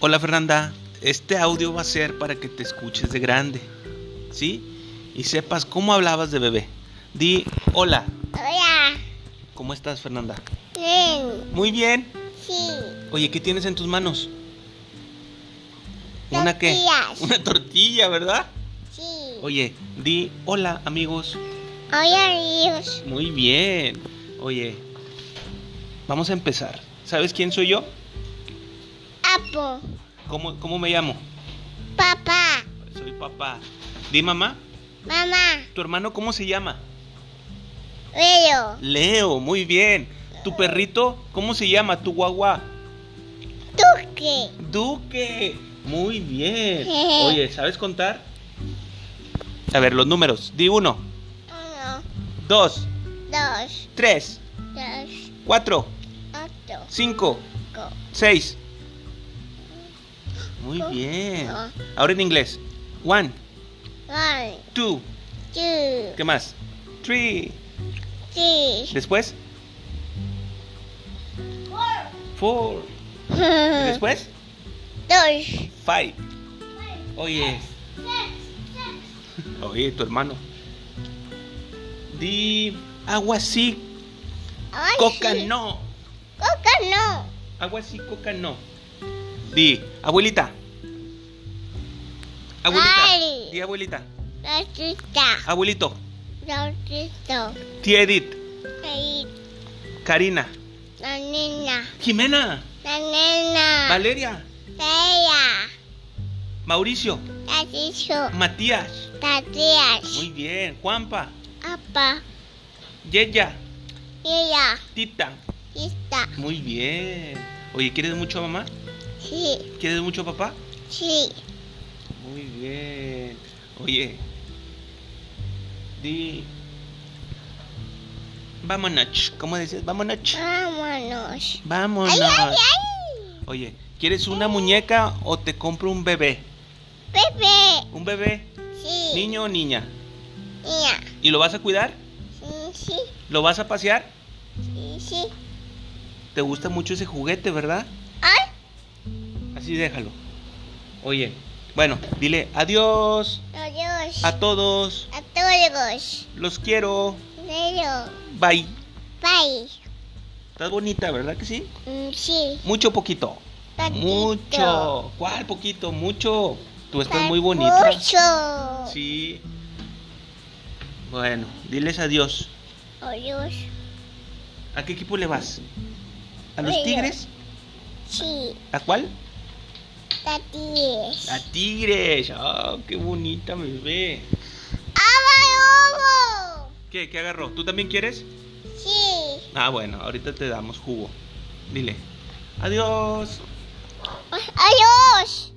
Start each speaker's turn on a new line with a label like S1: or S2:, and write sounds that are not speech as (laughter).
S1: Hola Fernanda, este audio va a ser para que te escuches de grande, ¿sí? Y sepas cómo hablabas de bebé. Di hola,
S2: Hola.
S1: ¿cómo estás Fernanda?
S2: Bien.
S1: Muy bien.
S2: Sí.
S1: Oye, ¿qué tienes en tus manos? ¿Una qué?
S2: Tortillas.
S1: Una tortilla, ¿verdad?
S2: Sí.
S1: Oye, di hola amigos.
S2: Hola, amigos.
S1: Muy bien. Oye, vamos a empezar. ¿Sabes quién soy yo?
S2: Apo.
S1: ¿Cómo, cómo me llamo?
S2: Papá.
S1: Soy papá. Di mamá,
S2: Mamá.
S1: ¿tu hermano cómo se llama?
S2: Veo.
S1: Leo, muy bien. ¿Tu perrito? ¿Cómo se llama? ¿Tu guagua?
S2: Tuque.
S1: Duque. Muy bien. Oye, ¿sabes contar? A ver, los números. Di uno,
S2: Uno,
S1: dos,
S2: dos,
S1: tres,
S2: tres,
S1: cuatro,
S2: cuatro,
S1: cinco,
S2: cinco.
S1: seis. Muy bien. Ahora en inglés. One,
S2: One,
S1: two.
S2: two,
S1: (laughs) ¿Qué más? Three.
S2: three.
S1: Después. Four. ¿Y después?
S2: Dos.
S1: Five. Oye. Oye, tu hermano. Di agua sí,
S2: Ahora
S1: coca
S2: sí.
S1: no.
S2: Coca no.
S1: Agua sí, coca no. Di, abuelita. Abuelita.
S2: Ay.
S1: Di abuelita.
S2: Tortita.
S1: Abuelito.
S2: Tortito.
S1: Tía Edith.
S2: Ahí.
S1: Karina.
S2: La nena.
S1: Jimena.
S2: La nena.
S1: Valeria.
S2: Bella.
S1: Mauricio.
S2: Tatito.
S1: Matías.
S2: Tatías.
S1: Muy bien. Juanpa.
S2: Apa.
S1: Yeya.
S2: Ella.
S1: Tita.
S2: Esta.
S1: Muy bien. Oye, ¿quieres mucho a mamá?
S2: Sí.
S1: ¿Quieres mucho a papá?
S2: Sí.
S1: Muy bien. Oye. Di. Vámonos. ¿Cómo decías? Vámonos.
S2: Vámonos.
S1: Vámonos.
S2: Ay, ay, ay.
S1: Oye, ¿quieres una muñeca o te compro un bebé?
S2: Pepe.
S1: ¿Un bebé?
S2: Sí.
S1: ¿Niño o niña?
S2: Niña.
S1: ¿Y lo vas a cuidar?
S2: Sí, sí.
S1: ¿Lo vas a pasear?
S2: Sí, sí.
S1: ¿Te gusta mucho ese juguete, verdad?
S2: Ay.
S1: Así déjalo. Oye, bueno, dile adiós
S2: Adiós.
S1: a todos.
S2: A todos.
S1: Los quiero.
S2: Pero.
S1: Bye.
S2: Bye.
S1: Estás bonita, ¿verdad que sí?
S2: Mm, Sí.
S1: Mucho poquito.
S2: Patito.
S1: Mucho. ¿Cuál poquito? Mucho. Tú estás
S2: Pa-
S1: muy bonita.
S2: Mucho.
S1: Sí. Bueno, diles adiós.
S2: Adiós.
S1: ¿A qué equipo le vas? ¿A los
S2: Ellos.
S1: Tigres?
S2: Sí.
S1: ¿A cuál?
S2: Tatías.
S1: A Tigres. ¡Ah, qué bonita bebé!
S2: ¡Abalobo!
S1: ¿Qué? ¿Qué agarró? ¿Tú también quieres?
S2: Sí.
S1: Ah, bueno, ahorita te damos jugo. Dile. Adiós.
S2: Adiós.